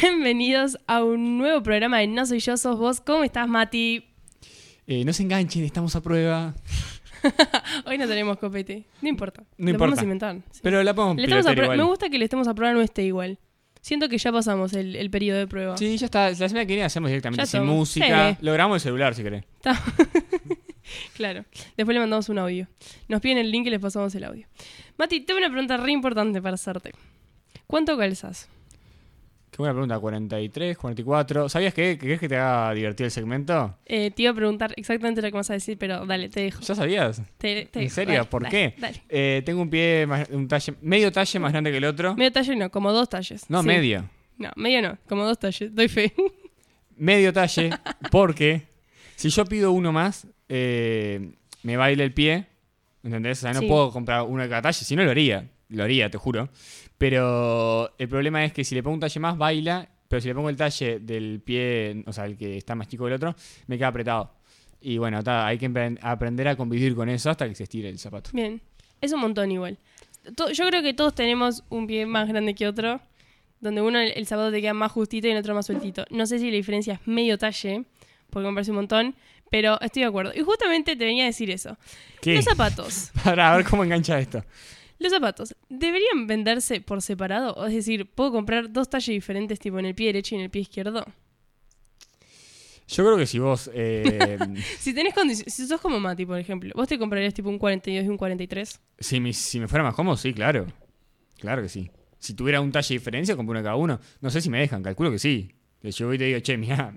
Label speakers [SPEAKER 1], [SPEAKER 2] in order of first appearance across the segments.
[SPEAKER 1] Bienvenidos a un nuevo programa de No Soy Yo, Sos Vos. ¿Cómo estás, Mati?
[SPEAKER 2] Eh, no se enganchen, estamos a prueba.
[SPEAKER 1] Hoy no tenemos copete. No importa.
[SPEAKER 2] No
[SPEAKER 1] Lo
[SPEAKER 2] importa.
[SPEAKER 1] podemos inventar. sí.
[SPEAKER 2] Pero la podemos
[SPEAKER 1] Le estamos a
[SPEAKER 2] pilotear
[SPEAKER 1] prue-
[SPEAKER 2] igual.
[SPEAKER 1] Me gusta que le estemos a prueba no esté igual. Siento que ya pasamos el, el periodo de prueba.
[SPEAKER 2] Sí, ya está. La semana que viene hacemos directamente
[SPEAKER 1] Ya
[SPEAKER 2] sin
[SPEAKER 1] somos.
[SPEAKER 2] música.
[SPEAKER 1] Sí.
[SPEAKER 2] Logramos el celular, si querés.
[SPEAKER 1] Está- claro. Después le mandamos un audio. Nos piden el link y les pasamos el audio. Mati, tengo una pregunta re importante para hacerte. ¿Cuánto calzas?
[SPEAKER 2] Qué buena pregunta. 43, 44. ¿Sabías que querés que te haga divertir el segmento?
[SPEAKER 1] Eh, te iba a preguntar exactamente lo que vas a decir, pero dale, te dejo.
[SPEAKER 2] ¿Ya sabías?
[SPEAKER 1] Te, te
[SPEAKER 2] ¿En
[SPEAKER 1] dejo.
[SPEAKER 2] serio?
[SPEAKER 1] Dale,
[SPEAKER 2] ¿Por
[SPEAKER 1] dale,
[SPEAKER 2] qué?
[SPEAKER 1] Dale.
[SPEAKER 2] Eh, tengo un pie, más- un talle, medio talle más grande que el otro.
[SPEAKER 1] Medio talle no, como dos talles.
[SPEAKER 2] No,
[SPEAKER 1] Sí.
[SPEAKER 2] medio.
[SPEAKER 1] No, medio no, como dos talles, doy fe.
[SPEAKER 2] Medio talle, porque si yo pido uno más, eh, me baila el pie. ¿Entendés? O sea, no
[SPEAKER 1] Sí.
[SPEAKER 2] puedo comprar uno de cada talle, si no lo haría. Lo haría, te juro. Pero el problema es que si le pongo un talle más, baila. Pero si le pongo el talle del pie, o sea, el que está más chico que el otro, me queda apretado. Y bueno, ta, hay que empe- aprender a convivir con eso hasta que se estire el zapato.
[SPEAKER 1] Bien, es un montón igual. To- yo creo que todos tenemos un pie más grande que otro, donde uno el, el zapato te queda más justito y el otro más sueltito. No sé si la diferencia es medio talle, porque me parece un montón, pero estoy de acuerdo. Y justamente te venía a decir eso.
[SPEAKER 2] ¿Qué?
[SPEAKER 1] Los zapatos.
[SPEAKER 2] Para ver cómo engancha esto.
[SPEAKER 1] Los zapatos, ¿deberían venderse por separado? O Es decir, ¿puedo comprar dos talles diferentes, tipo en el pie derecho y en el pie izquierdo?
[SPEAKER 2] Yo creo que si vos. eh,
[SPEAKER 1] Si tenés condici- si sos como Mati, por ejemplo, ¿vos te comprarías tipo un 42 y un 43?
[SPEAKER 2] Si me, si me fuera más cómodo, sí, claro. Claro que sí. Si tuviera un talle de diferencia, compro uno de cada uno. No sé si me dejan, calculo que sí. Le llevo y te digo, che, mirá,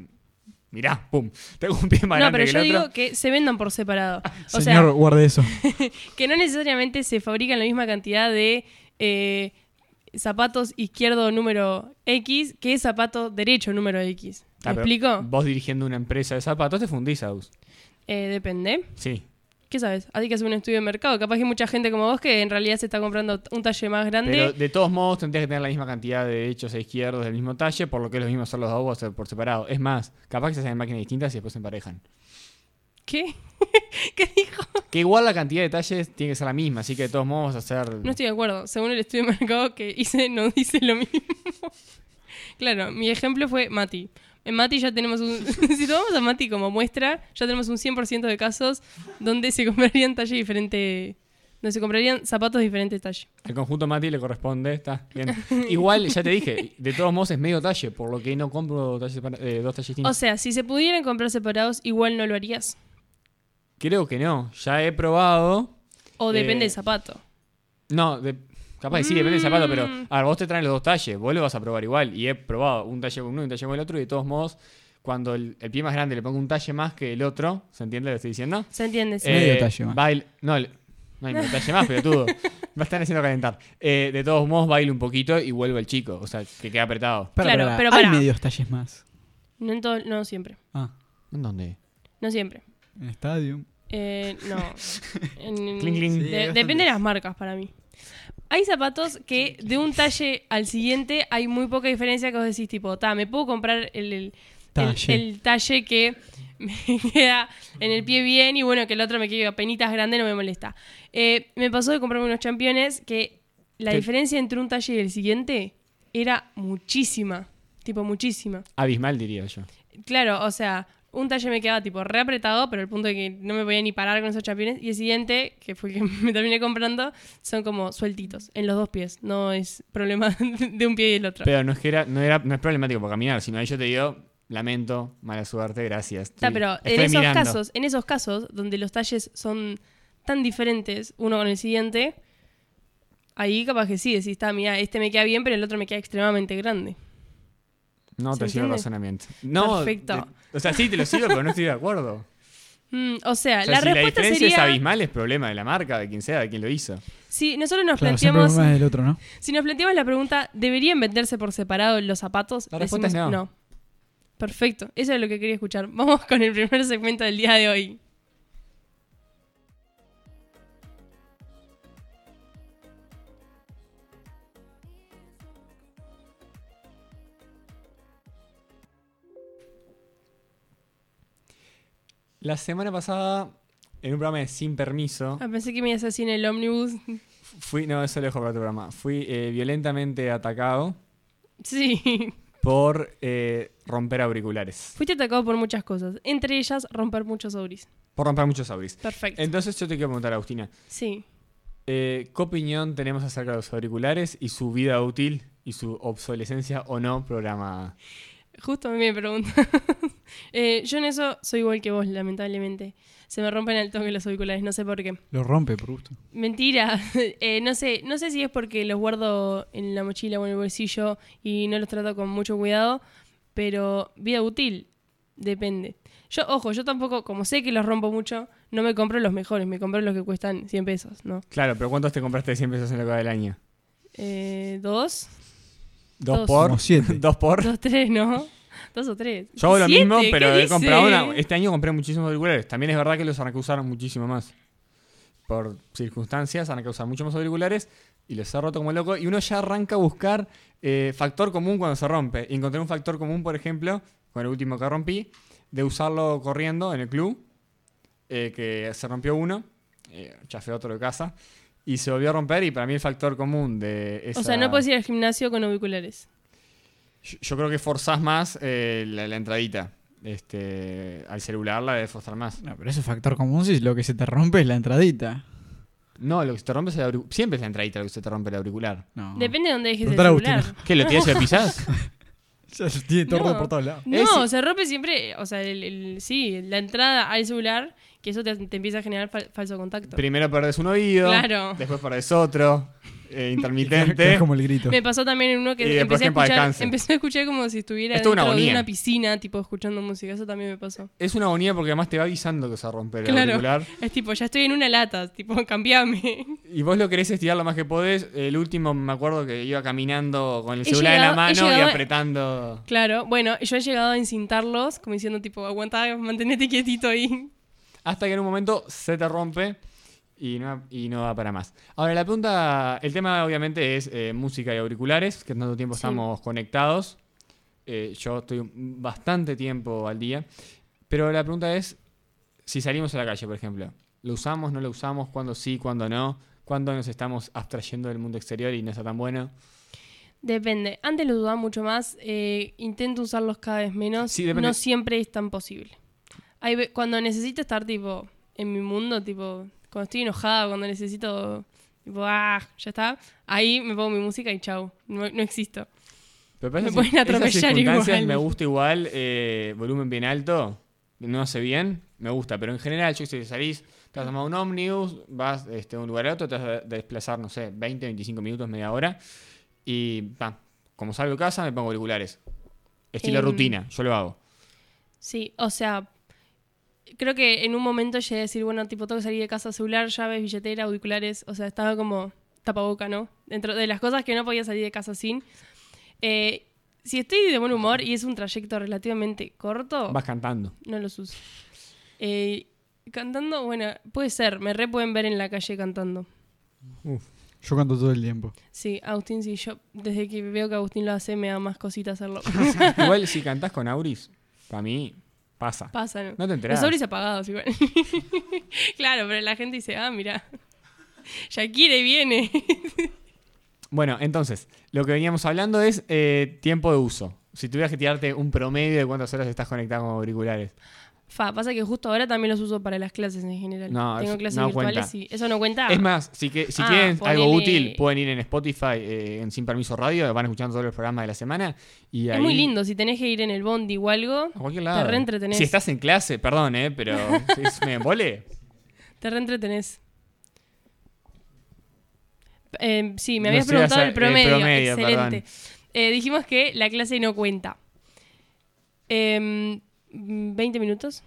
[SPEAKER 2] mirá, pum. Tengo un pie más
[SPEAKER 1] No,
[SPEAKER 2] grande
[SPEAKER 1] pero
[SPEAKER 2] que
[SPEAKER 1] yo
[SPEAKER 2] el otro. Ah,
[SPEAKER 1] digo que se vendan por separado. O
[SPEAKER 3] Señor, guarde eso.
[SPEAKER 1] sea, que no necesariamente se fabrican la misma cantidad de eh, zapatos izquierdo número X que zapato derecho número X. ¿Me
[SPEAKER 2] Ah, pero
[SPEAKER 1] explico?
[SPEAKER 2] Vos dirigiendo una empresa de zapatos te fundís, Agus.
[SPEAKER 1] Eh, depende.
[SPEAKER 2] Sí.
[SPEAKER 1] ¿Qué sabes? Hay que hacer un estudio de mercado. Capaz que hay mucha gente como vos que en realidad se está comprando un talle más
[SPEAKER 2] Pero
[SPEAKER 1] grande.
[SPEAKER 2] de todos modos tendrías que tener la misma cantidad de derechos e izquierdos del mismo talle, por lo que es lo mismo hacerlos a vos eh, por separado. Es más, capaz que se hacen en máquinas distintas y después se emparejan.
[SPEAKER 1] ¿Qué? ¿Qué dijo?
[SPEAKER 2] Que igual la cantidad de talles tiene que ser la misma, así que de todos modos vas a hacer...
[SPEAKER 1] No estoy de acuerdo. Según el estudio de mercado que hice, no dice lo mismo. claro, mi ejemplo fue Mati. En Mati ya tenemos un... si tomamos a Mati como muestra, ya tenemos un 100% de casos donde se comprarían talle diferente... Donde se comprarían zapatos diferentes talle.
[SPEAKER 2] El conjunto Mati le corresponde, está bien. Igual, ya te dije, de todos modos es medio talle, por lo que no compro talles separa- eh, dos
[SPEAKER 1] O
[SPEAKER 2] talles distintos.
[SPEAKER 1] sea, si se pudieran comprar separados, igual no lo harías.
[SPEAKER 2] Creo que no, ya he probado.
[SPEAKER 1] O
[SPEAKER 2] Eh,
[SPEAKER 1] depende del zapato.
[SPEAKER 2] No, de- capaz que sí, depende del zapato, pero
[SPEAKER 1] Mm.
[SPEAKER 2] a ver, vos te traen los dos talles, vos lo vas a probar igual. Y he probado un talle con uno y un talle con el otro, y de todos modos, cuando el, el pie más grande le pongo un talle más que el otro, ¿se entiende lo que estoy diciendo?
[SPEAKER 1] ¿Se entiende? Sí.
[SPEAKER 3] Eh, Medio talle más.
[SPEAKER 2] bail- no, le- no hay medio talle más, pelotudo. Me están haciendo calentar. Eh, de todos modos, bailo un poquito y vuelvo el chico, o sea, que queda apretado.
[SPEAKER 3] Para,
[SPEAKER 1] Claro,
[SPEAKER 3] para,
[SPEAKER 1] pero
[SPEAKER 3] Hay
[SPEAKER 1] para.
[SPEAKER 3] medios talles más.
[SPEAKER 1] No, en todo- no siempre.
[SPEAKER 3] Ah,
[SPEAKER 2] ¿En dónde?
[SPEAKER 1] No siempre.
[SPEAKER 3] en estadio.
[SPEAKER 1] Eh, no. En-
[SPEAKER 2] Cling, cling.
[SPEAKER 1] de-
[SPEAKER 3] Sí, hay
[SPEAKER 1] depende
[SPEAKER 3] bastantes.
[SPEAKER 1] de las marcas para mí. Hay zapatos que de un talle al siguiente hay muy poca diferencia que vos decís, tipo, ta, me puedo comprar el, el,
[SPEAKER 3] Talle.
[SPEAKER 1] el- el talle que me queda en el pie bien y bueno, que el otro me queda penitas grande, no me molesta. Eh, me pasó de comprarme unos championes que la
[SPEAKER 2] Te-
[SPEAKER 1] diferencia entre un talle y el siguiente era muchísima. Tipo, muchísima.
[SPEAKER 2] Abismal, diría yo.
[SPEAKER 1] Claro, o sea, un talle me quedaba tipo re apretado, pero el punto de que no me podía ni parar con esos chapines. Y el siguiente, que fue el que me terminé comprando, son como sueltitos, en los dos pies. No es problema de un pie y el otro.
[SPEAKER 2] Pero no es que era, no era, no es problemático para caminar, sino ahí yo te digo, lamento, mala suerte, gracias.
[SPEAKER 1] Está,
[SPEAKER 2] Estoy-
[SPEAKER 1] pero en
[SPEAKER 2] estoy
[SPEAKER 1] esos
[SPEAKER 2] mirando.
[SPEAKER 1] casos, en esos casos donde los talles son tan diferentes uno con el siguiente, ahí capaz que sí, decís, está, mira, este me queda bien, pero el otro me queda extremadamente grande.
[SPEAKER 2] No
[SPEAKER 1] ¿Se
[SPEAKER 2] te sirve el
[SPEAKER 1] entiende?
[SPEAKER 2] razonamiento. No,
[SPEAKER 1] Perfecto.
[SPEAKER 2] te- o sea, sí te lo sirvo, pero no estoy de acuerdo.
[SPEAKER 1] Mm, o sea,
[SPEAKER 2] O sea,
[SPEAKER 1] la
[SPEAKER 2] si la
[SPEAKER 1] respuesta
[SPEAKER 2] diferencia es
[SPEAKER 1] sería
[SPEAKER 2] abismal, es problema de la marca, de quien sea, de quien lo hizo.
[SPEAKER 1] si nosotros nos
[SPEAKER 3] Claro, siempre
[SPEAKER 1] planteamos
[SPEAKER 3] más del otro, ¿no?
[SPEAKER 1] Si nos planteamos la pregunta, ¿deberían venderse por separado los zapatos?
[SPEAKER 2] La respuesta es
[SPEAKER 1] Decimos
[SPEAKER 2] no.
[SPEAKER 1] Perfecto, eso es lo que quería escuchar. Vamos con el primer segmento del día de hoy.
[SPEAKER 2] La semana pasada, en un programa de Sin Permiso,
[SPEAKER 1] Ah, pensé que me ibas así en el ómnibus.
[SPEAKER 2] fui, no, eso lo dejo para otro programa, fui eh, violentamente atacado
[SPEAKER 1] Sí,
[SPEAKER 2] por eh, romper auriculares.
[SPEAKER 1] Fuiste atacado por muchas cosas, entre ellas romper muchos auris.
[SPEAKER 2] Por romper muchos auris.
[SPEAKER 1] Perfecto.
[SPEAKER 2] Entonces yo te quiero preguntar, Agustina,
[SPEAKER 1] sí.
[SPEAKER 2] eh, ¿qué opinión tenemos acerca de los auriculares y su vida útil y su obsolescencia o no programada?
[SPEAKER 1] Justo a mí me preguntan. Eh, yo en eso soy igual que vos, lamentablemente. Se me rompen al toque los auriculares, no sé por qué.
[SPEAKER 3] Lo rompe, por gusto.
[SPEAKER 1] Mentira. Eh, no, sé, no sé si es porque los guardo en la mochila o en el bolsillo y no los trato con mucho cuidado, pero vida útil, depende. Yo, ojo, yo tampoco, como sé que los rompo mucho, no me compro los mejores, me compro los que cuestan 100 pesos, ¿no?
[SPEAKER 2] Claro, pero ¿cuántos te compraste de 100 pesos en lo que va del año?
[SPEAKER 1] Eh, dos,
[SPEAKER 2] ¿Dos,
[SPEAKER 1] Dos.
[SPEAKER 2] por?
[SPEAKER 3] Como siete.
[SPEAKER 2] ¿Dos por?
[SPEAKER 1] dos, tres, ¿no? Dos o tres.
[SPEAKER 2] Yo hago lo
[SPEAKER 1] ¿Siete?
[SPEAKER 2] mismo,
[SPEAKER 1] ¿Qué
[SPEAKER 2] pero he
[SPEAKER 1] dice?
[SPEAKER 2] comprado una. Este año compré muchísimos auriculares. También es verdad que los arranqué a usar muchísimo más. Por circunstancias, arranqué a usar mucho más auriculares y los he roto como loco. Y uno ya arranca a buscar eh, factor común cuando se rompe. Y encontré un factor común, por ejemplo, con el último que rompí, de usarlo corriendo en el club, eh, que se rompió uno, eh, chafé otro de casa, y se volvió a romper. Y para mí el factor común de esa...
[SPEAKER 1] O sea, no puedes ir al gimnasio con auriculares.
[SPEAKER 2] Yo, yo creo que forzás más eh, la, la entradita. Este, al celular la de forzar más.
[SPEAKER 3] No, pero eso es factor común si lo que se te rompe es la entradita.
[SPEAKER 2] No, lo que se te rompe es el auricular. Siempre es la entradita lo que se te rompe el auricular.
[SPEAKER 3] No.
[SPEAKER 1] Depende de dónde dejes el
[SPEAKER 3] Preguntale a
[SPEAKER 1] celular.
[SPEAKER 3] Agustina.
[SPEAKER 2] ¿Qué? ¿Lo tiras y lo pisás?
[SPEAKER 3] Ya se tiene tordo
[SPEAKER 1] No.
[SPEAKER 3] por todos lados.
[SPEAKER 2] Es-
[SPEAKER 1] No, se rompe siempre, o sea, el, el- sí, la entrada al celular, que eso te, te empieza a generar fal- falso contacto.
[SPEAKER 2] Primero perdés un oído.
[SPEAKER 1] Claro.
[SPEAKER 2] Después perdés otro. eh,
[SPEAKER 3] Que
[SPEAKER 2] intermitente.
[SPEAKER 3] es como el grito.
[SPEAKER 1] Me pasó también en uno que
[SPEAKER 2] Y después
[SPEAKER 1] empecé a,
[SPEAKER 2] que en paz
[SPEAKER 1] escuchar,
[SPEAKER 2] descanse.
[SPEAKER 1] empecé a escuchar como si estuviera
[SPEAKER 2] Es toda una
[SPEAKER 1] dentro de
[SPEAKER 2] agonía.
[SPEAKER 1] una piscina, tipo escuchando música, eso también me pasó.
[SPEAKER 2] Es una agonía porque además te va avisando que se va a romper el
[SPEAKER 1] Claro.
[SPEAKER 2] auricular.
[SPEAKER 1] Es tipo, ya estoy en una lata, tipo, cambiame.
[SPEAKER 2] Y vos lo querés estirar lo más que podés. El último me acuerdo que iba caminando con el
[SPEAKER 1] He
[SPEAKER 2] celular en la
[SPEAKER 1] llegado- he
[SPEAKER 2] mano y
[SPEAKER 1] llegado-
[SPEAKER 2] apretando.
[SPEAKER 1] Claro, bueno, yo he llegado a encintarlos, como diciendo, tipo, aguantá, mantenete quietito ahí.
[SPEAKER 2] Hasta que en un momento se te rompe y no, y no va para más. Ahora, la pregunta, el tema obviamente es eh, música y auriculares, que tanto tiempo
[SPEAKER 1] Sí.
[SPEAKER 2] estamos conectados. Eh, yo estoy bastante tiempo al día. Pero la pregunta es, si salimos a la calle, por ejemplo, ¿lo usamos, no lo usamos? ¿Cuándo sí, cuándo no? ¿Cuándo nos estamos abstrayendo del mundo exterior y no está tan bueno?
[SPEAKER 1] Depende, antes los usaba mucho más, eh, intento usarlos cada vez menos,
[SPEAKER 2] Sí, depende.
[SPEAKER 1] no siempre es tan posible. Hay ve- cuando necesito estar tipo en mi mundo, tipo cuando estoy enojada, cuando necesito, tipo, ah, ya está, ahí me pongo mi música y chau, no, no existo.
[SPEAKER 2] Pero para
[SPEAKER 1] Me
[SPEAKER 2] esas-
[SPEAKER 1] pueden
[SPEAKER 2] esas
[SPEAKER 1] atropellar
[SPEAKER 2] circunstancias
[SPEAKER 1] igual.
[SPEAKER 2] Me gusta igual, eh, volumen bien alto, no sé bien, me gusta, pero en general, yo si salís, te vas a tomar un ómnibus, vas este, de un lugar a otro, te vas a desplazar, no sé, 20, 25 minutos, media hora, y pa, como salgo de casa me pongo auriculares. Estilo
[SPEAKER 1] Em.
[SPEAKER 2] rutina, yo lo hago.
[SPEAKER 1] Sí, o sea, creo que en un momento llegué a decir, bueno, tipo, tengo que salir de casa, celular, llaves, billetera, auriculares, o sea, estaba como tapaboca, ¿no? Dentro de las cosas que no podía salir de casa sin. Eh, si estoy de buen humor y es un trayecto relativamente corto,
[SPEAKER 2] Vas cantando.
[SPEAKER 1] no los uso. Eh, cantando, bueno, puede ser, me re pueden ver en la calle cantando.
[SPEAKER 3] Yo canto todo el tiempo.
[SPEAKER 1] Sí, Agustín, sí, yo desde que veo que Agustín lo hace me da más cosita hacerlo.
[SPEAKER 2] igual si cantás con auris, para mí pasa.
[SPEAKER 1] Pasa, ¿no?
[SPEAKER 2] No te enterás.
[SPEAKER 1] Los auris apagados igual. claro, pero la gente dice, ah, mira, Shakira viene.
[SPEAKER 2] Bueno, entonces, lo que veníamos hablando es eh, tiempo de uso. Si tuvieras que tirarte un promedio de cuántas horas estás conectado con auriculares.
[SPEAKER 1] Fa, pasa que justo ahora también los uso para las clases en general.
[SPEAKER 2] No,
[SPEAKER 1] Tengo
[SPEAKER 2] eso
[SPEAKER 1] clases
[SPEAKER 2] no
[SPEAKER 1] virtuales
[SPEAKER 2] cuenta.
[SPEAKER 1] y eso no cuenta.
[SPEAKER 2] Es más, si, que, si
[SPEAKER 1] Ah,
[SPEAKER 2] quieren algo
[SPEAKER 1] ponele-
[SPEAKER 2] útil, pueden ir en Spotify, eh, en Sin Permiso Radio, van escuchando todos los programas de la semana. Y
[SPEAKER 1] es
[SPEAKER 2] ahí-
[SPEAKER 1] muy lindo, si tenés que ir en el bondi o algo,
[SPEAKER 2] A cualquier lado.
[SPEAKER 1] Te reentretenés.
[SPEAKER 2] Si estás en clase, perdón, ¿eh? Pero si es me embole.
[SPEAKER 1] te reentretenés. Eh, sí, me
[SPEAKER 2] No
[SPEAKER 1] habías
[SPEAKER 2] sé,
[SPEAKER 1] preguntado
[SPEAKER 2] hacer-
[SPEAKER 1] el promedio.
[SPEAKER 2] el promedio,
[SPEAKER 1] Excelente. Eh, dijimos que la clase no cuenta. Em, 20 minutos.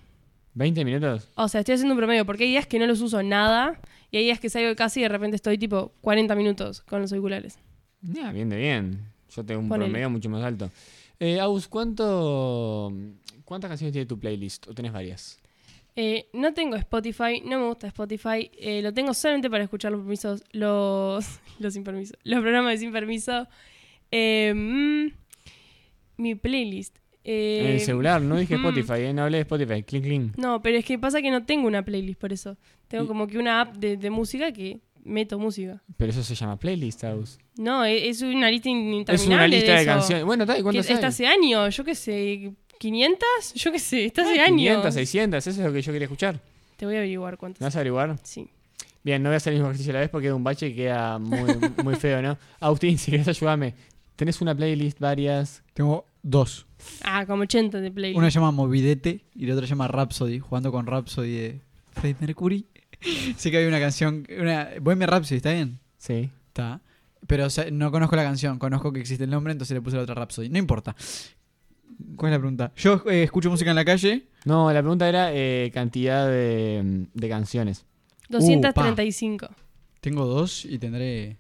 [SPEAKER 2] ¿20 minutos?
[SPEAKER 1] O sea, estoy haciendo un promedio porque hay días que no los uso nada y hay días que salgo de casa y de repente estoy tipo 40 minutos con los auriculares.
[SPEAKER 2] Ya, bien de bien. Yo tengo un
[SPEAKER 1] Ponele.
[SPEAKER 2] promedio mucho más alto. Eh, Aus, ¿cuánto, ¿cuántas canciones tiene tu playlist? ¿O tenés varias?
[SPEAKER 1] Eh, no tengo Spotify, no me gusta Spotify, eh, lo tengo solamente para escuchar los permisos, los, los sin permiso, los programas de sin permiso. Eh, mm, mi playlist. eh,
[SPEAKER 2] en el celular, no dije
[SPEAKER 1] mm.
[SPEAKER 2] Spotify, ¿eh? No hablé de Spotify. Cling, cling.
[SPEAKER 1] No, pero es que pasa que no tengo una playlist por eso. Tengo
[SPEAKER 2] Y-
[SPEAKER 1] como que una app de, de música que meto música.
[SPEAKER 2] Pero eso se llama playlist, Agus.
[SPEAKER 1] No, e- es una lista in- interminable.
[SPEAKER 2] Es una lista de,
[SPEAKER 1] eso.
[SPEAKER 2] canciones. Bueno, tal, ¿y
[SPEAKER 1] Que
[SPEAKER 2] cuántas hay?
[SPEAKER 1] está hace años, yo qué sé, 500, yo qué sé, está hace
[SPEAKER 2] 500,
[SPEAKER 1] años.
[SPEAKER 2] 600, eso es lo que yo quería escuchar.
[SPEAKER 1] Te voy a averiguar cuántas.
[SPEAKER 2] ¿Me vas a averiguar?
[SPEAKER 1] Sí.
[SPEAKER 2] Bien, no voy a hacer el mismo ejercicio a la vez porque queda un bache y queda muy, muy feo, ¿no? Agustín, si querés ayudarme. Tenés una playlist, varias.
[SPEAKER 3] Tengo dos.
[SPEAKER 1] Ah, como 80 de playlist.
[SPEAKER 3] Una llama Movidete y la otra llama Rhapsody, jugando con Rhapsody de Freddie Mercury. sé que hay una canción, una Bohemia Rhapsody, ¿está bien?
[SPEAKER 2] Sí.
[SPEAKER 3] Está. Pero o sea, no conozco la canción, conozco que existe el nombre, entonces le puse la otra Rhapsody. No importa. ¿Cuál es la pregunta? Yo eh, escucho música en la calle.
[SPEAKER 2] No, la pregunta era eh, cantidad de, de canciones.
[SPEAKER 1] 235.
[SPEAKER 3] Tengo dos y tendré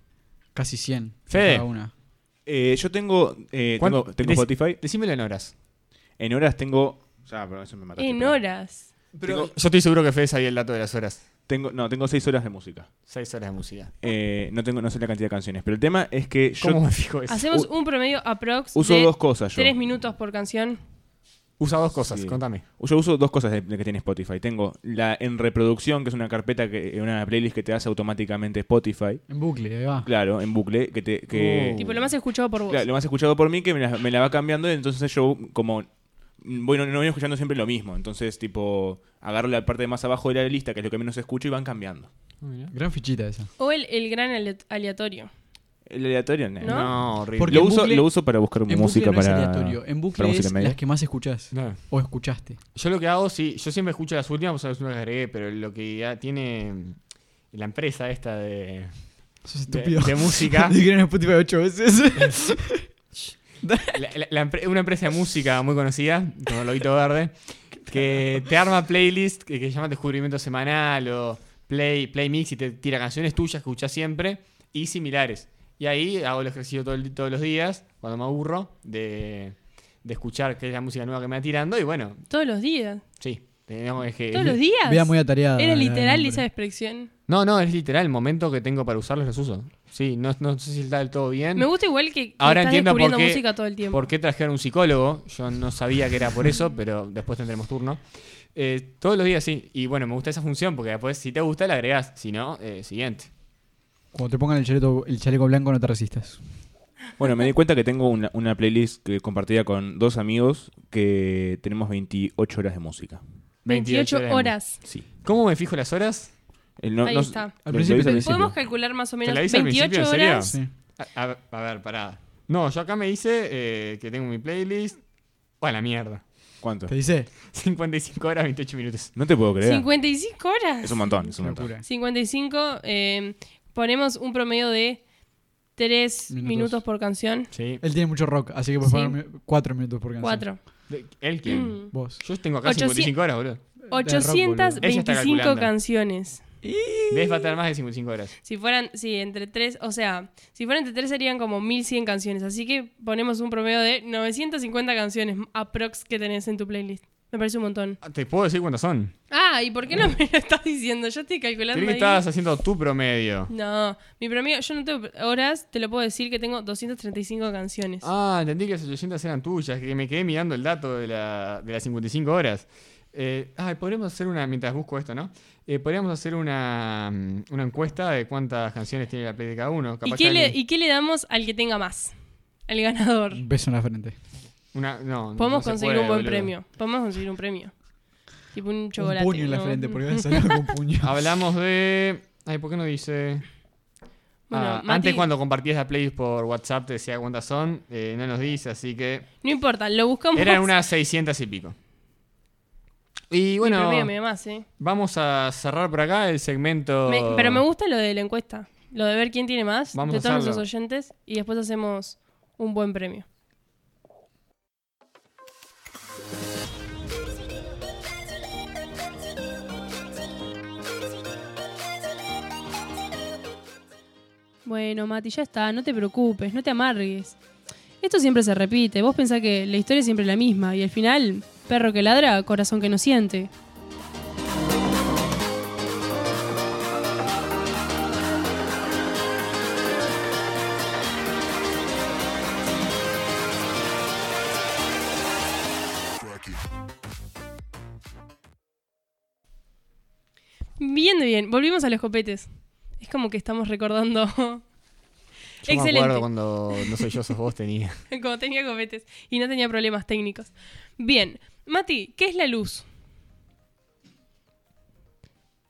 [SPEAKER 3] casi 100.
[SPEAKER 2] Fede.
[SPEAKER 3] Cada una.
[SPEAKER 4] Eh, yo tengo, eh,
[SPEAKER 2] ¿Cuán-
[SPEAKER 4] tengo, tengo
[SPEAKER 2] des-
[SPEAKER 4] Spotify.
[SPEAKER 2] Decímelo en horas.
[SPEAKER 4] En horas tengo. Ya, pero eso me mataste,
[SPEAKER 1] en
[SPEAKER 4] pero-
[SPEAKER 1] horas.
[SPEAKER 4] Tengo,
[SPEAKER 2] Yo estoy seguro que Fede sabía el dato de las horas.
[SPEAKER 4] tengo- no, tengo seis horas de música.
[SPEAKER 2] 6 horas de música.
[SPEAKER 4] Eh, no tengo, no sé la cantidad de canciones. Pero el tema es que yo
[SPEAKER 2] ¿Cómo me fijo eso?
[SPEAKER 1] Hacemos un promedio aprox
[SPEAKER 4] uso
[SPEAKER 1] de
[SPEAKER 4] dos cosas. Yo.
[SPEAKER 1] 3 minutos por canción.
[SPEAKER 2] Usa dos cosas,
[SPEAKER 4] Sí.
[SPEAKER 2] contame.
[SPEAKER 4] Yo uso dos cosas de, de que tiene Spotify. Tengo la en reproducción, que es una carpeta, que, eh, una playlist que te hace automáticamente Spotify.
[SPEAKER 3] En bucle, ahí va.
[SPEAKER 4] Claro, en bucle, que te. Que,
[SPEAKER 2] Uh.
[SPEAKER 1] Tipo, lo más escuchado por vos.
[SPEAKER 4] Claro, lo más escuchado por mí que me la, me la va cambiando, entonces yo como mm, voy, no, no voy escuchando siempre lo mismo. Entonces, tipo, agarro la parte de más abajo de la lista, que es lo que menos escucho, y van cambiando.
[SPEAKER 2] Ah,
[SPEAKER 3] Gran fichita esa.
[SPEAKER 1] O el, el gran ale- aleatorio.
[SPEAKER 4] El aleatorio, no.
[SPEAKER 1] ¿No?
[SPEAKER 2] No, horrible.
[SPEAKER 3] Porque
[SPEAKER 4] Lo,
[SPEAKER 3] en
[SPEAKER 4] uso,
[SPEAKER 3] bucle-
[SPEAKER 4] lo uso para buscar
[SPEAKER 3] En bucle
[SPEAKER 4] música
[SPEAKER 3] no
[SPEAKER 4] para.
[SPEAKER 3] es aleatorio. En
[SPEAKER 4] para
[SPEAKER 3] bucle
[SPEAKER 4] música
[SPEAKER 3] es
[SPEAKER 4] media.
[SPEAKER 3] las que más escuchás.
[SPEAKER 2] No.
[SPEAKER 3] O escuchaste.
[SPEAKER 2] Yo lo que hago, sí, yo siempre escucho las últimas, pues las últimas que agregué, pero lo que ya tiene mm, la empresa esta de,
[SPEAKER 3] Sos
[SPEAKER 2] de-
[SPEAKER 3] estúpido.
[SPEAKER 2] de música,
[SPEAKER 3] Dijeron en Spotify ocho veces.
[SPEAKER 2] la- la- la empre- una empresa de música muy conocida, como Lobito Verde, que te arma playlist que, que se llama Descubrimiento Semanal o Play, Play Mix y te tira canciones tuyas que escuchas siempre y similares. Y ahí hago el ejercicio todo el- todos los días, cuando me aburro, de, de escuchar qué es la música nueva que me va tirando y bueno,
[SPEAKER 1] Todos los días.
[SPEAKER 2] sí. Tenemos es que,
[SPEAKER 1] Todos los días.
[SPEAKER 3] Vea muy atareada.
[SPEAKER 1] Era
[SPEAKER 3] la- la
[SPEAKER 1] literal
[SPEAKER 3] nombre.
[SPEAKER 1] esa expresión.
[SPEAKER 2] No, no, es literal, el momento que tengo para usarlos los uso. Sí, no, no sé si está del todo bien.
[SPEAKER 1] Me gusta igual que, que
[SPEAKER 2] Ahora
[SPEAKER 1] estás
[SPEAKER 2] entiendo por
[SPEAKER 1] descubriendo
[SPEAKER 2] qué-
[SPEAKER 1] música todo el tiempo.
[SPEAKER 2] ¿Por qué trajeron un psicólogo? Yo no sabía que era por eso, pero después tendremos turno. Eh, todos los días sí. Y bueno, me gusta esa función porque después, si te gusta, la agregás. Si no, eh, siguiente.
[SPEAKER 3] Cuando te pongan el chaleco, el chaleco blanco no te resistas.
[SPEAKER 4] Bueno, me di cuenta que tengo una, una playlist que compartida con dos amigos que tenemos 28 horas de música.
[SPEAKER 1] 28
[SPEAKER 2] horas.
[SPEAKER 1] horas.
[SPEAKER 4] Sí.
[SPEAKER 2] ¿Cómo me fijo las horas?
[SPEAKER 4] El no-
[SPEAKER 1] Ahí
[SPEAKER 4] no-
[SPEAKER 1] está.
[SPEAKER 3] Al
[SPEAKER 4] lo- lo
[SPEAKER 3] principio
[SPEAKER 4] hice
[SPEAKER 3] te-
[SPEAKER 1] Podemos calcular más o menos
[SPEAKER 2] la hice al
[SPEAKER 1] 28
[SPEAKER 2] principio, en serio?
[SPEAKER 1] horas.
[SPEAKER 3] Sí.
[SPEAKER 2] A, a ver- a ver, pará. No, yo acá me dice eh, que tengo mi playlist. A la mierda.
[SPEAKER 4] ¿Cuánto?
[SPEAKER 3] Te dice.
[SPEAKER 2] 55 horas, 28 minutos.
[SPEAKER 4] No te puedo creer.
[SPEAKER 1] 55 horas.
[SPEAKER 4] Es un montón, es un montón.
[SPEAKER 3] Locura.
[SPEAKER 1] 55, eh, ponemos un promedio de 3
[SPEAKER 3] Minutos.
[SPEAKER 1] minutos. por canción.
[SPEAKER 2] Sí.
[SPEAKER 3] Él tiene mucho rock, así que por
[SPEAKER 1] Sí.
[SPEAKER 3] favor, cuatro minutos por canción.
[SPEAKER 1] 4.
[SPEAKER 2] ¿El
[SPEAKER 1] Mm.
[SPEAKER 2] quién?
[SPEAKER 3] Vos.
[SPEAKER 2] Yo tengo acá
[SPEAKER 1] 800
[SPEAKER 2] 55 horas, boludo. Ella está
[SPEAKER 1] 825
[SPEAKER 2] calculando.
[SPEAKER 1] canciones.
[SPEAKER 2] Debes estar más de 55 horas.
[SPEAKER 1] Si fueran, sí, entre 3, o sea, si fueran entre 3 serían como 1100 canciones. Así que ponemos un promedio de 950 canciones aprox que tenés en tu playlist. Me parece un montón.
[SPEAKER 2] Ah, Te puedo decir cuántas son.
[SPEAKER 1] Ah, ¿y por qué no me lo estás diciendo? Yo estoy calculando.
[SPEAKER 2] Creí que
[SPEAKER 1] ahí.
[SPEAKER 2] estabas haciendo tu promedio.
[SPEAKER 1] No, mi promedio, yo no tengo horas, te lo puedo decir que tengo 235 canciones.
[SPEAKER 2] Ah, entendí que las 800 eran tuyas, que me quedé mirando el dato de, la, de las 55 horas. Eh, ay, podríamos hacer una, mientras busco esto, ¿no? Eh, podríamos hacer una, mm, una encuesta de cuántas canciones tiene la play de cada uno.
[SPEAKER 1] ¿Y
[SPEAKER 2] Capaz
[SPEAKER 1] qué,
[SPEAKER 2] que
[SPEAKER 1] le,
[SPEAKER 2] alguien-
[SPEAKER 1] y qué le damos al que tenga más? Al ganador.
[SPEAKER 3] Un beso en la frente.
[SPEAKER 2] una- no, no
[SPEAKER 1] Podemos
[SPEAKER 2] se
[SPEAKER 1] conseguir
[SPEAKER 2] puede,
[SPEAKER 1] un buen
[SPEAKER 2] boludo.
[SPEAKER 1] premio. Podemos conseguir un premio. Tipo un chocolate.
[SPEAKER 3] un puño en la
[SPEAKER 1] ¿no?
[SPEAKER 3] frente, porque va a salir con un puño.
[SPEAKER 2] Hablamos de... Ay, ¿por qué no dice...?
[SPEAKER 1] Bueno,
[SPEAKER 2] Ah,
[SPEAKER 1] Mati-
[SPEAKER 2] Antes cuando compartías la playlist por WhatsApp te decía cuántas son, eh, no nos dice, así que...
[SPEAKER 1] No importa, lo buscamos.
[SPEAKER 2] Eran unas 600 y pico. Y
[SPEAKER 1] Mi
[SPEAKER 2] bueno,
[SPEAKER 1] promedio me da más, ¿eh?
[SPEAKER 2] vamos a cerrar por acá el segmento.
[SPEAKER 1] Me- pero me gusta lo de la encuesta. Lo de ver quién tiene más
[SPEAKER 2] Vamos
[SPEAKER 1] de
[SPEAKER 2] a
[SPEAKER 1] todos
[SPEAKER 2] hacerlo.
[SPEAKER 1] nuestros oyentes. Y después hacemos un buen premio. Bueno, Mati, ya está, no te preocupes, no te amargues. Esto siempre se repite, vos pensás que la historia es siempre la misma y al final, perro que ladra, corazón que no siente. Bien, de bien, volvimos a los copetes. Es como que estamos recordando
[SPEAKER 2] Yo me
[SPEAKER 1] Excelente.
[SPEAKER 2] acuerdo cuando no soy yo, sos vos tenía.
[SPEAKER 1] como tenía cometes y no tenía problemas técnicos. Bien, Mati, ¿qué es la luz?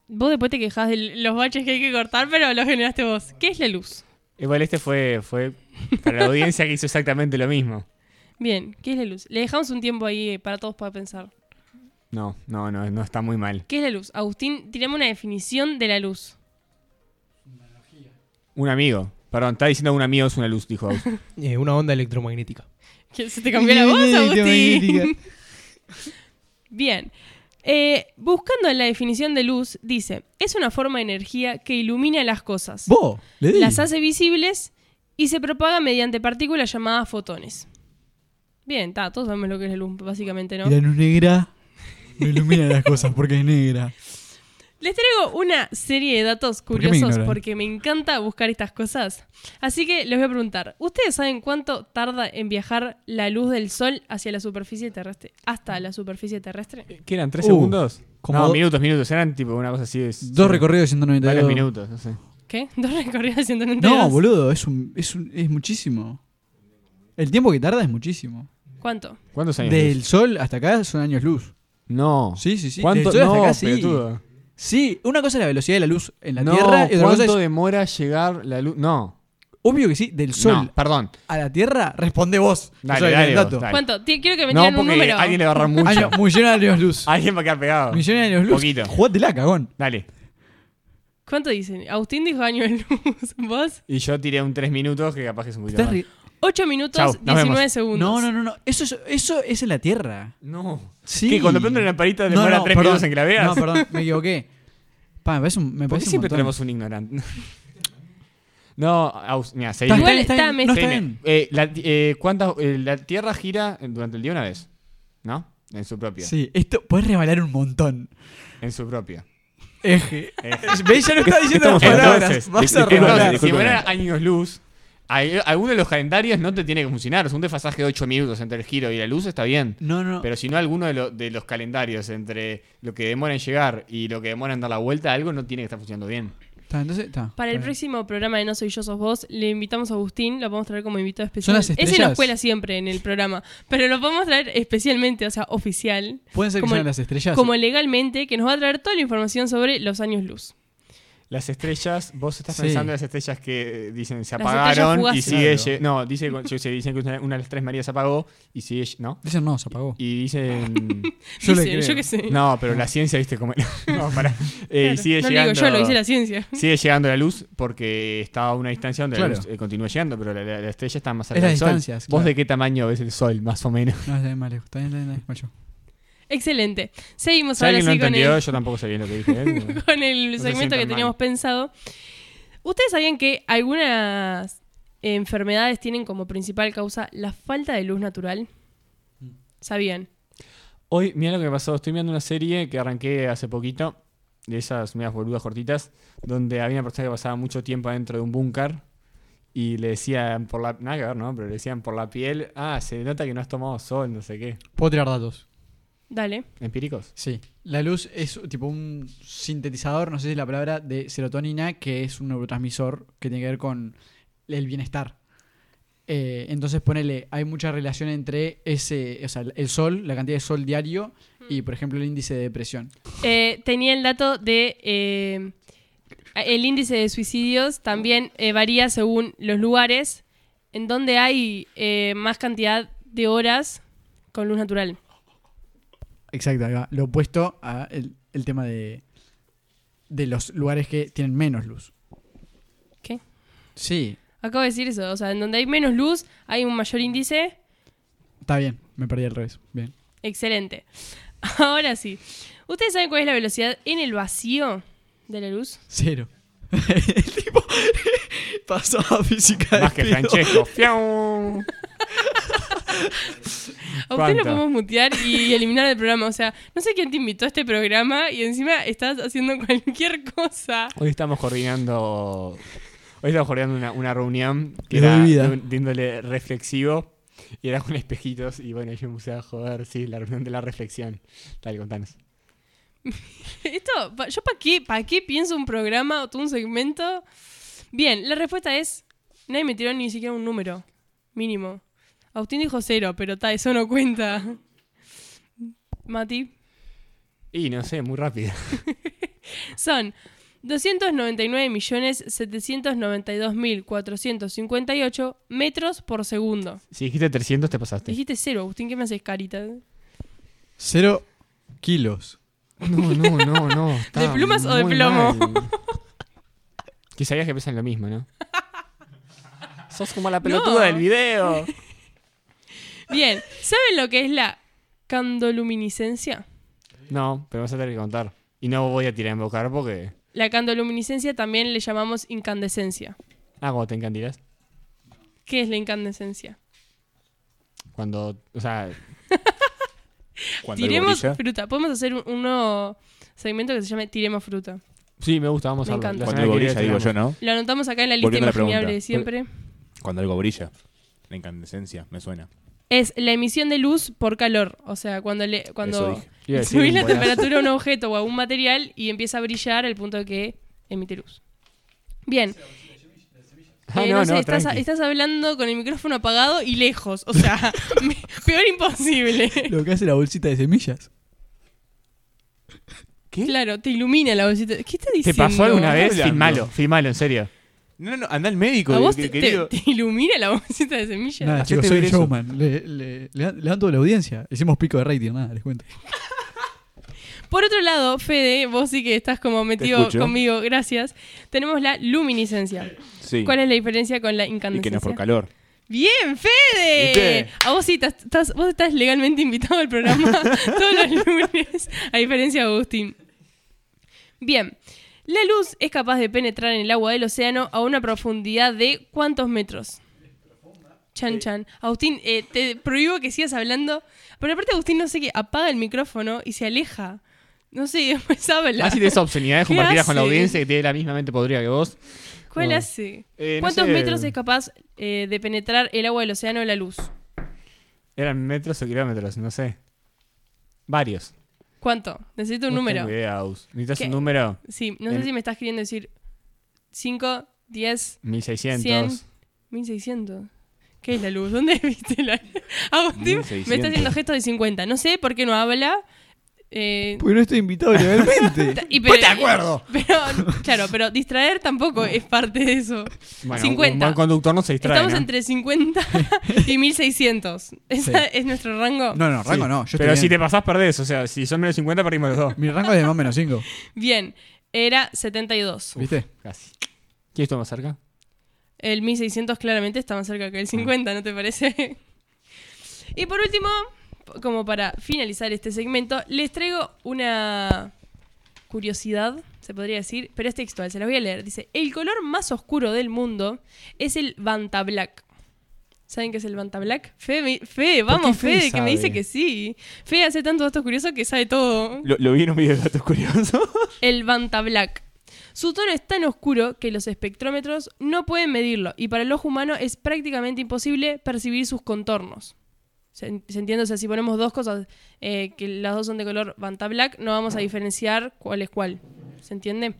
[SPEAKER 1] Vos después te quejas de los baches que hay que cortar, pero los generaste vos. ¿Qué es la luz?
[SPEAKER 2] Igual este fue, fue para la audiencia que hizo exactamente lo mismo.
[SPEAKER 1] Bien, ¿qué es la luz? Le dejamos un tiempo ahí eh, para todos para pensar.
[SPEAKER 2] No, no, no, no está muy mal.
[SPEAKER 1] ¿Qué es la luz? Agustín, tirame una definición de la luz.
[SPEAKER 2] Un amigo. Perdón, está diciendo un amigo es una luz, dijo Aus.
[SPEAKER 5] Eh, una onda electromagnética.
[SPEAKER 1] ¿Qué- ¿Se te cambió la voz, Agustín?
[SPEAKER 3] Electromagnética.
[SPEAKER 1] Bien. Eh, buscando en la definición de luz, dice, es una forma de energía que ilumina las cosas,
[SPEAKER 3] Vos, le di.
[SPEAKER 1] las hace visibles y se propaga mediante partículas llamadas fotones. Bien, ta, todos sabemos lo que es la luz, básicamente, ¿no?
[SPEAKER 3] Y la luz negra no ilumina las cosas porque es negra.
[SPEAKER 1] Les traigo una serie de datos
[SPEAKER 3] ¿Por qué me
[SPEAKER 1] curiosos
[SPEAKER 3] ignoran?
[SPEAKER 1] porque me encanta buscar estas cosas. Así que les voy a preguntar, ¿ustedes saben cuánto tarda en viajar la luz del sol hacia la superficie terrestre? Hasta la superficie terrestre.
[SPEAKER 2] ¿Qué eran? ¿Tres
[SPEAKER 3] Uh,
[SPEAKER 2] segundos?
[SPEAKER 3] como
[SPEAKER 2] no,
[SPEAKER 3] do-
[SPEAKER 2] minutos, minutos. Eran tipo una cosa así de.
[SPEAKER 3] Dos recorridos de 192.
[SPEAKER 2] Varios minutos, no sé.
[SPEAKER 1] ¿Qué? ¿Dos recorridos de 192?
[SPEAKER 3] No, boludo, es, un, es, un- es muchísimo. El tiempo que tarda es muchísimo.
[SPEAKER 1] ¿Cuánto?
[SPEAKER 2] ¿Cuántos años?
[SPEAKER 3] Del
[SPEAKER 2] luz?
[SPEAKER 3] sol hasta acá son años luz.
[SPEAKER 2] No.
[SPEAKER 3] Sí, sí, sí.
[SPEAKER 2] ¿Cuánto?
[SPEAKER 3] Del sol hasta
[SPEAKER 2] No,
[SPEAKER 3] acá sí.
[SPEAKER 2] pelotudo.
[SPEAKER 3] Sí, una cosa es la velocidad de la luz en la
[SPEAKER 2] no,
[SPEAKER 3] Tierra y otra
[SPEAKER 2] ¿Cuánto
[SPEAKER 3] cosa es.
[SPEAKER 2] demora llegar la luz? No.
[SPEAKER 3] Obvio que sí, del sol
[SPEAKER 2] No, perdón.
[SPEAKER 3] a la Tierra, responde vos. Yo
[SPEAKER 2] Dale,
[SPEAKER 3] soy el
[SPEAKER 2] dale, vos,
[SPEAKER 3] dato. Ah,
[SPEAKER 2] dale.
[SPEAKER 1] ¿Cuánto? Ti- Quiero que me
[SPEAKER 2] No,
[SPEAKER 1] tiren un
[SPEAKER 2] porque
[SPEAKER 1] número.
[SPEAKER 2] alguien le va a agarrar mucho.
[SPEAKER 3] Año, millones de años luz.
[SPEAKER 2] Alguien va a quedar pegado.
[SPEAKER 3] Millones de años luz.
[SPEAKER 2] Poquito.
[SPEAKER 3] Jugátela, cagón.
[SPEAKER 2] Dale.
[SPEAKER 1] ¿Cuánto dicen? Agustín dijo año de luz. ¿Vos?
[SPEAKER 2] Y yo tiré un 3 minutos que capaz que es un poquito
[SPEAKER 3] Estás
[SPEAKER 2] más.
[SPEAKER 3] re-
[SPEAKER 1] 8 minutos
[SPEAKER 2] Chau, nos
[SPEAKER 1] 19
[SPEAKER 2] vemos.
[SPEAKER 1] segundos.
[SPEAKER 3] No, no, no, no. Eso es, eso es en la Tierra.
[SPEAKER 2] No.
[SPEAKER 3] Sí.
[SPEAKER 2] ¿Qué? Cuando prenden la parita demora 3
[SPEAKER 3] perdón.
[SPEAKER 2] minutos en que la veas.
[SPEAKER 3] No, perdón, me equivoqué. Pa, me parece un, me
[SPEAKER 2] ¿Por qué
[SPEAKER 3] parece un
[SPEAKER 2] siempre
[SPEAKER 3] montón.
[SPEAKER 2] tenemos un ignorante? no, aus, mira, se
[SPEAKER 3] Está,
[SPEAKER 1] Igual
[SPEAKER 3] bien, está
[SPEAKER 1] está,
[SPEAKER 3] bien.
[SPEAKER 1] me-
[SPEAKER 3] No
[SPEAKER 2] Se
[SPEAKER 3] está
[SPEAKER 2] viene.
[SPEAKER 3] bien.
[SPEAKER 2] Eh, la, eh, ¿cuántas- eh, la Tierra gira durante el día una vez, ¿no? En su propia.
[SPEAKER 3] Sí, esto puedes rebalar un montón.
[SPEAKER 2] En su propia.
[SPEAKER 3] Eje.
[SPEAKER 2] Eje.
[SPEAKER 3] ¿Ves? Ya no está diciendo las
[SPEAKER 4] estamos hablando?
[SPEAKER 3] palabras.
[SPEAKER 2] Entonces,
[SPEAKER 3] Vas a
[SPEAKER 4] disculpa,
[SPEAKER 3] rebalar.
[SPEAKER 2] Entonces, si
[SPEAKER 4] disculpen.
[SPEAKER 2] fuera años luz, hay- alguno de los calendarios no te tiene que funcionar. Es un desfasaje de 8 minutos entre el giro y la luz, está bien.
[SPEAKER 3] No, no.
[SPEAKER 2] Pero si no, alguno de, lo- de los calendarios entre lo que demora en llegar y lo que demora en dar la vuelta, algo no tiene que estar funcionando bien.
[SPEAKER 3] Está, entonces, está.
[SPEAKER 1] Para el
[SPEAKER 3] Está bien.
[SPEAKER 1] próximo programa de No Soy Yo Sos Vos, le invitamos a Agustín, lo podemos traer como invitado especial.
[SPEAKER 3] Son las
[SPEAKER 1] Ese nos
[SPEAKER 3] estrellas.
[SPEAKER 1] cuela siempre en el programa, pero lo podemos traer especialmente, o sea, oficial,
[SPEAKER 3] Pueden ser que
[SPEAKER 1] como-
[SPEAKER 3] sean las estrellas.
[SPEAKER 1] como legalmente, que nos va a traer toda la información sobre los años luz.
[SPEAKER 2] Las estrellas, vos estás
[SPEAKER 3] Sí.
[SPEAKER 2] pensando en las estrellas que eh, dicen se
[SPEAKER 1] Las estrellas
[SPEAKER 2] apagaron y
[SPEAKER 1] fugaces.
[SPEAKER 2] sigue.
[SPEAKER 3] Claro.
[SPEAKER 2] lle- No, dice, yo sé, dicen que una, una de las tres Marías se apagó y sigue. lle- ¿No?
[SPEAKER 3] Dicen no, se apagó.
[SPEAKER 2] Y dicen.
[SPEAKER 3] Yo le
[SPEAKER 1] Dicen,
[SPEAKER 3] creo.
[SPEAKER 1] yo qué sé.
[SPEAKER 2] no, pero la ciencia, viste, como. No, pará. Eh,
[SPEAKER 1] Claro,
[SPEAKER 2] y sigue
[SPEAKER 1] no
[SPEAKER 2] llegando.
[SPEAKER 1] lo digo yo, lo dice la ciencia.
[SPEAKER 2] Sigue llegando la luz porque está a una distancia donde la
[SPEAKER 3] Claro.
[SPEAKER 2] luz eh, continúa llegando, pero la, la- la estrella está más
[SPEAKER 3] Es
[SPEAKER 2] cerca
[SPEAKER 3] las
[SPEAKER 2] del sol.
[SPEAKER 3] distancias,
[SPEAKER 2] ¿Vos
[SPEAKER 3] claro.
[SPEAKER 2] de qué tamaño ves el sol, más o menos?
[SPEAKER 3] No, está bien, más lejos. Está bien, está bien, está bien, macho.
[SPEAKER 1] Excelente. Seguimos
[SPEAKER 2] Si
[SPEAKER 1] ahora
[SPEAKER 2] alguien no
[SPEAKER 1] sí con el,
[SPEAKER 2] entendió, yo tampoco sabía lo que dije. ¿eh?
[SPEAKER 1] con el
[SPEAKER 2] se
[SPEAKER 1] segmento
[SPEAKER 2] sientan
[SPEAKER 1] que teníamos
[SPEAKER 2] mal.
[SPEAKER 1] pensado. ¿Ustedes sabían que algunas enfermedades tienen como principal causa la falta de luz natural?
[SPEAKER 2] Mm.
[SPEAKER 1] ¿Sabían?
[SPEAKER 2] Hoy, mira lo que me pasó. Estoy viendo una serie que arranqué hace poquito, de esas medias boludas cortitas, donde había una persona que pasaba mucho tiempo dentro de un búnker y le decían por la. Nada que ver, ¿no? Pero le decían por la piel, ah, se nota que no has tomado sol, no sé qué.
[SPEAKER 3] Puedo tirar datos.
[SPEAKER 1] Dale.
[SPEAKER 2] ¿Empíricos?
[SPEAKER 3] Sí. La luz es tipo un sintetizador, no sé si es la palabra, de serotonina, que es un neurotransmisor que tiene que ver con el bienestar. Eh, entonces, ponele, hay mucha relación entre ese, o sea, el sol, la cantidad de sol diario y, por ejemplo, el índice de depresión.
[SPEAKER 1] Eh, tenía el dato de eh, el índice de suicidios también eh, varía según los lugares en donde hay eh, más cantidad de horas con luz natural.
[SPEAKER 3] Exacto, ahí va. lo opuesto a el, el tema de, de los lugares que tienen menos luz.
[SPEAKER 1] ¿Qué?
[SPEAKER 3] Sí,
[SPEAKER 1] Acabo de decir eso, o sea, en donde hay menos luz hay un mayor índice
[SPEAKER 3] está bien, me perdí al revés. Bien.
[SPEAKER 1] Excelente. Ahora sí. ¿Ustedes saben cuál es la velocidad en el vacío de la luz?
[SPEAKER 3] Cero. el tipo pasó a física.
[SPEAKER 2] Más que
[SPEAKER 3] del pedo.
[SPEAKER 2] Francesco. ¡Fiau!
[SPEAKER 1] A usted lo
[SPEAKER 2] ¿Cuánto?
[SPEAKER 1] podemos mutear y eliminar del programa. O sea, no sé quién te invitó a este programa y encima estás haciendo cualquier cosa.
[SPEAKER 2] Hoy estamos coordinando. Hoy estamos coordinando una, una reunión que
[SPEAKER 3] Me doy
[SPEAKER 2] era
[SPEAKER 3] vida.
[SPEAKER 2] de, un- de índole reflexivo y era con espejitos. Y bueno, yo me puse a joder, sí, la reunión de la reflexión. Dale, contanos.
[SPEAKER 1] Esto, pa- ¿yo para qué, pa qué pienso un programa o todo un segmento? Bien, la respuesta es, nadie me tiró ni siquiera un número mínimo. Agustín dijo cero, pero ta, eso no cuenta. Mati,
[SPEAKER 2] Y no sé, muy rápido.
[SPEAKER 1] son 299.792.458 metros por segundo.
[SPEAKER 2] Si dijiste 300, te pasaste.
[SPEAKER 1] Dijiste cero, Agustín, ¿qué me haces carita?
[SPEAKER 3] Cero kilos.
[SPEAKER 2] No, no, no, no. está
[SPEAKER 1] ¿De plumas o de
[SPEAKER 2] muy
[SPEAKER 1] plomo?
[SPEAKER 2] mal. Que sabías que pesan lo mismo, ¿no? Sos como la pelotuda
[SPEAKER 1] No.
[SPEAKER 2] del video.
[SPEAKER 1] Bien, ¿saben lo que es la candoluminiscencia?
[SPEAKER 2] No, pero vas a tener que contar. Y no voy a tirar en bocar porque.
[SPEAKER 1] La candoluminiscencia también le llamamos incandescencia.
[SPEAKER 2] Ah, cuando te encandilas.
[SPEAKER 1] ¿Qué es la incandescencia?
[SPEAKER 2] Cuando. O sea,
[SPEAKER 4] Cuando hay
[SPEAKER 1] Tiremos
[SPEAKER 4] bolilla,
[SPEAKER 1] fruta. Podemos hacer un, un nuevo segmento que se llame Tiremos fruta.
[SPEAKER 2] sí, me gusta, vamos
[SPEAKER 1] Me
[SPEAKER 2] a hablar.
[SPEAKER 1] encanta.
[SPEAKER 4] cuando hay bolilla, digo yo, ¿no?
[SPEAKER 1] Lo anotamos acá en la lista
[SPEAKER 4] Volviendo a la
[SPEAKER 1] imaginable
[SPEAKER 4] pregunta.
[SPEAKER 1] de siempre.
[SPEAKER 4] Cuando algo brilla. La incandescencia, me suena.
[SPEAKER 1] Es la emisión de luz por calor. O sea, cuando le
[SPEAKER 4] Eso
[SPEAKER 1] cuando
[SPEAKER 4] dije.
[SPEAKER 2] Iba a decir
[SPEAKER 1] subís la
[SPEAKER 2] un bolazo.
[SPEAKER 1] temperatura a un objeto o a un material y empieza a brillar al punto de que emite luz. Bien.
[SPEAKER 2] Ah,
[SPEAKER 1] Eh,
[SPEAKER 2] no,
[SPEAKER 1] no sé,
[SPEAKER 2] no,
[SPEAKER 1] estás,
[SPEAKER 2] tranqui.
[SPEAKER 1] estás hablando con el micrófono apagado y lejos. O sea, me- peor imposible.
[SPEAKER 3] Lo que hace la bolsita de semillas.
[SPEAKER 1] Claro, te ilumina la bolsita. ¿Qué estás
[SPEAKER 2] ¿Te
[SPEAKER 1] diciendo?
[SPEAKER 2] pasó alguna vez?
[SPEAKER 4] Hablando.
[SPEAKER 2] Filmalo, filmalo, en serio.
[SPEAKER 4] No, no, no, anda al médico,
[SPEAKER 1] ¿A vos
[SPEAKER 4] que-
[SPEAKER 1] te, te-
[SPEAKER 4] querido.
[SPEAKER 1] te ilumina la bolsita de semillas?
[SPEAKER 3] Nada,
[SPEAKER 2] Hacete
[SPEAKER 3] chicos, soy
[SPEAKER 2] ver
[SPEAKER 3] el
[SPEAKER 2] eso.
[SPEAKER 3] showman. Le, le, le dan- le dan toda la audiencia. Hicimos pico de rating, nada, les cuento.
[SPEAKER 1] Por otro lado, Fede, vos sí que estás como metido
[SPEAKER 4] escucho.
[SPEAKER 1] conmigo, gracias. Tenemos la luminiscencia.
[SPEAKER 4] Sí.
[SPEAKER 1] ¿Cuál es la diferencia con la
[SPEAKER 4] Y que no es por
[SPEAKER 1] incandescencia?
[SPEAKER 4] calor.
[SPEAKER 1] ¡Bien, Fede!
[SPEAKER 4] ¿Viste?
[SPEAKER 1] A vos sí, estás, estás- vos estás legalmente invitado al programa todos los lunes, a diferencia de Agustín. Bien, la luz es capaz de penetrar en el agua del océano a una profundidad de ¿cuántos metros? Chan, chan. Agustín, eh, te prohíbo que sigas hablando. Pero aparte Agustín, no sé qué, apaga el micrófono y se aleja. No sé, y después habla.
[SPEAKER 2] Así Ah, de esas obscenidades
[SPEAKER 1] ¿Qué
[SPEAKER 2] compartidas con la
[SPEAKER 1] hace?
[SPEAKER 2] audiencia que tiene la misma mente podrida que vos.
[SPEAKER 1] ¿Cuál
[SPEAKER 2] Ah.
[SPEAKER 1] hace?
[SPEAKER 2] Eh, no
[SPEAKER 1] ¿Cuántos
[SPEAKER 2] sé,
[SPEAKER 1] metros es capaz eh, de penetrar el agua del océano la luz?
[SPEAKER 2] Eran metros o kilómetros, no sé. Varios.
[SPEAKER 1] ¿Cuánto? Necesito un
[SPEAKER 2] No
[SPEAKER 1] número.
[SPEAKER 2] tengo idea, Aus. ¿Necesitas
[SPEAKER 1] ¿Qué?
[SPEAKER 2] un número?
[SPEAKER 1] Sí, no
[SPEAKER 2] En-
[SPEAKER 1] sé si me estás queriendo decir 5, 10,
[SPEAKER 2] 1600.
[SPEAKER 1] 100, 1600. ¿Qué es la luz? ¿Dónde viste la luz? Agustín me está
[SPEAKER 4] 1600.
[SPEAKER 1] haciendo gestos de 50. No sé por qué no habla. eh,
[SPEAKER 3] Porque no estoy invitado legalmente.
[SPEAKER 1] y
[SPEAKER 2] pues
[SPEAKER 1] pero- Pero, claro, pero distraer tampoco es parte de eso.
[SPEAKER 2] Bueno,
[SPEAKER 1] 50.
[SPEAKER 2] Un buen conductor no se distrae.
[SPEAKER 1] Estamos
[SPEAKER 2] ¿no?
[SPEAKER 1] entre 50 y 1600. ¿Ese
[SPEAKER 3] Sí.
[SPEAKER 1] es nuestro rango?
[SPEAKER 3] No, no, rango
[SPEAKER 2] Sí,
[SPEAKER 3] no. Yo estoy
[SPEAKER 2] Pero si te
[SPEAKER 3] bien.
[SPEAKER 2] pasás, perdés. O sea, si son menos 50, perdimos los dos.
[SPEAKER 3] Mi rango es de más o menos 5.
[SPEAKER 1] Bien, era 72.
[SPEAKER 3] ¿Viste?
[SPEAKER 2] Casi. ¿Quién estuvo más cerca?
[SPEAKER 1] El 1600 claramente está más cerca
[SPEAKER 2] Ah.
[SPEAKER 1] que el 50, ¿no te parece? y por último, p- como para finalizar este segmento, les traigo una curiosidad, se podría decir, pero es textual, se las voy a leer. Dice, el color más oscuro del mundo es el Vanta Black. ¿Saben qué es el Vanta Black? Fede, me- Fede, vamos,
[SPEAKER 2] qué Fede
[SPEAKER 1] Fede, que me dice
[SPEAKER 2] sabe?
[SPEAKER 1] que sí. Fede hace tantos datos curiosos que sabe todo.
[SPEAKER 4] Lo, lo vi en un video de datos curiosos.
[SPEAKER 1] El Vanta Black. Su tono es tan oscuro que los espectrómetros no pueden medirlo y para el ojo humano es prácticamente imposible percibir sus contornos. ¿Se, en- se entiende? O sea, si ponemos dos cosas eh, que las dos son de color Vanta Black, no vamos a diferenciar cuál es cuál. ¿Se entiende?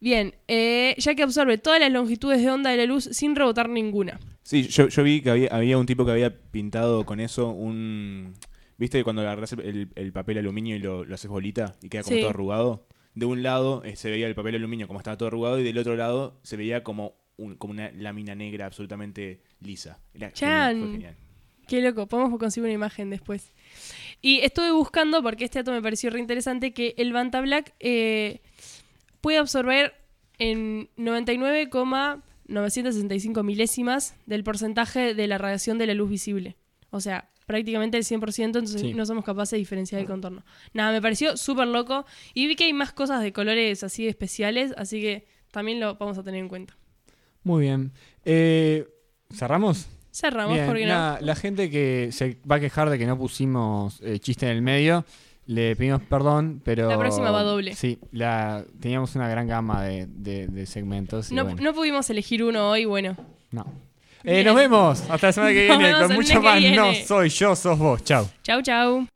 [SPEAKER 1] Bien, eh, ya que absorbe todas las longitudes de onda de la luz sin rebotar ninguna.
[SPEAKER 4] Sí, yo, yo vi que había, había un tipo que había pintado con eso un... ¿Viste cuando agarras el, el- el papel aluminio y lo, lo haces bolita y queda como
[SPEAKER 1] Sí.
[SPEAKER 4] todo arrugado? De un lado eh, se veía el papel aluminio como estaba todo arrugado y del otro lado se veía como, un- como una lámina negra absolutamente lisa. Era genial, fue
[SPEAKER 1] Chan.
[SPEAKER 4] genial.
[SPEAKER 1] Qué loco, podemos conseguir una imagen después. Y estuve buscando, porque este dato me pareció re interesante, que el Banta Black eh, puede absorber en 99,965 milésimas del porcentaje de la radiación de la luz visible. O sea, prácticamente el 100%, entonces
[SPEAKER 2] Sí. Ah.
[SPEAKER 1] no somos capaces de diferenciar el contorno. Nada, me pareció súper loco. Y vi que hay más cosas de colores así especiales, así que también lo vamos a tener en cuenta.
[SPEAKER 2] Muy bien. Eh, ¿Cerramos?
[SPEAKER 1] Cerramos
[SPEAKER 2] Bien,
[SPEAKER 1] porque no.
[SPEAKER 2] nada, La gente que se va a quejar de que no pusimos eh, chiste en el medio, le pedimos perdón, pero.
[SPEAKER 1] La próxima va doble.
[SPEAKER 2] Sí, la, teníamos una gran gama de, de- de segmentos. y
[SPEAKER 1] No,
[SPEAKER 2] bueno,
[SPEAKER 1] no pudimos elegir uno hoy, bueno.
[SPEAKER 2] no. Eh,
[SPEAKER 1] Bien.
[SPEAKER 2] nos vemos. Hasta la semana que
[SPEAKER 1] Nos
[SPEAKER 2] viene.
[SPEAKER 1] vemos
[SPEAKER 2] Con
[SPEAKER 1] el
[SPEAKER 2] mucho
[SPEAKER 1] lunes
[SPEAKER 2] más.
[SPEAKER 1] que
[SPEAKER 2] No
[SPEAKER 1] viene.
[SPEAKER 2] soy yo, sos vos. Chau.
[SPEAKER 1] Chau, chau.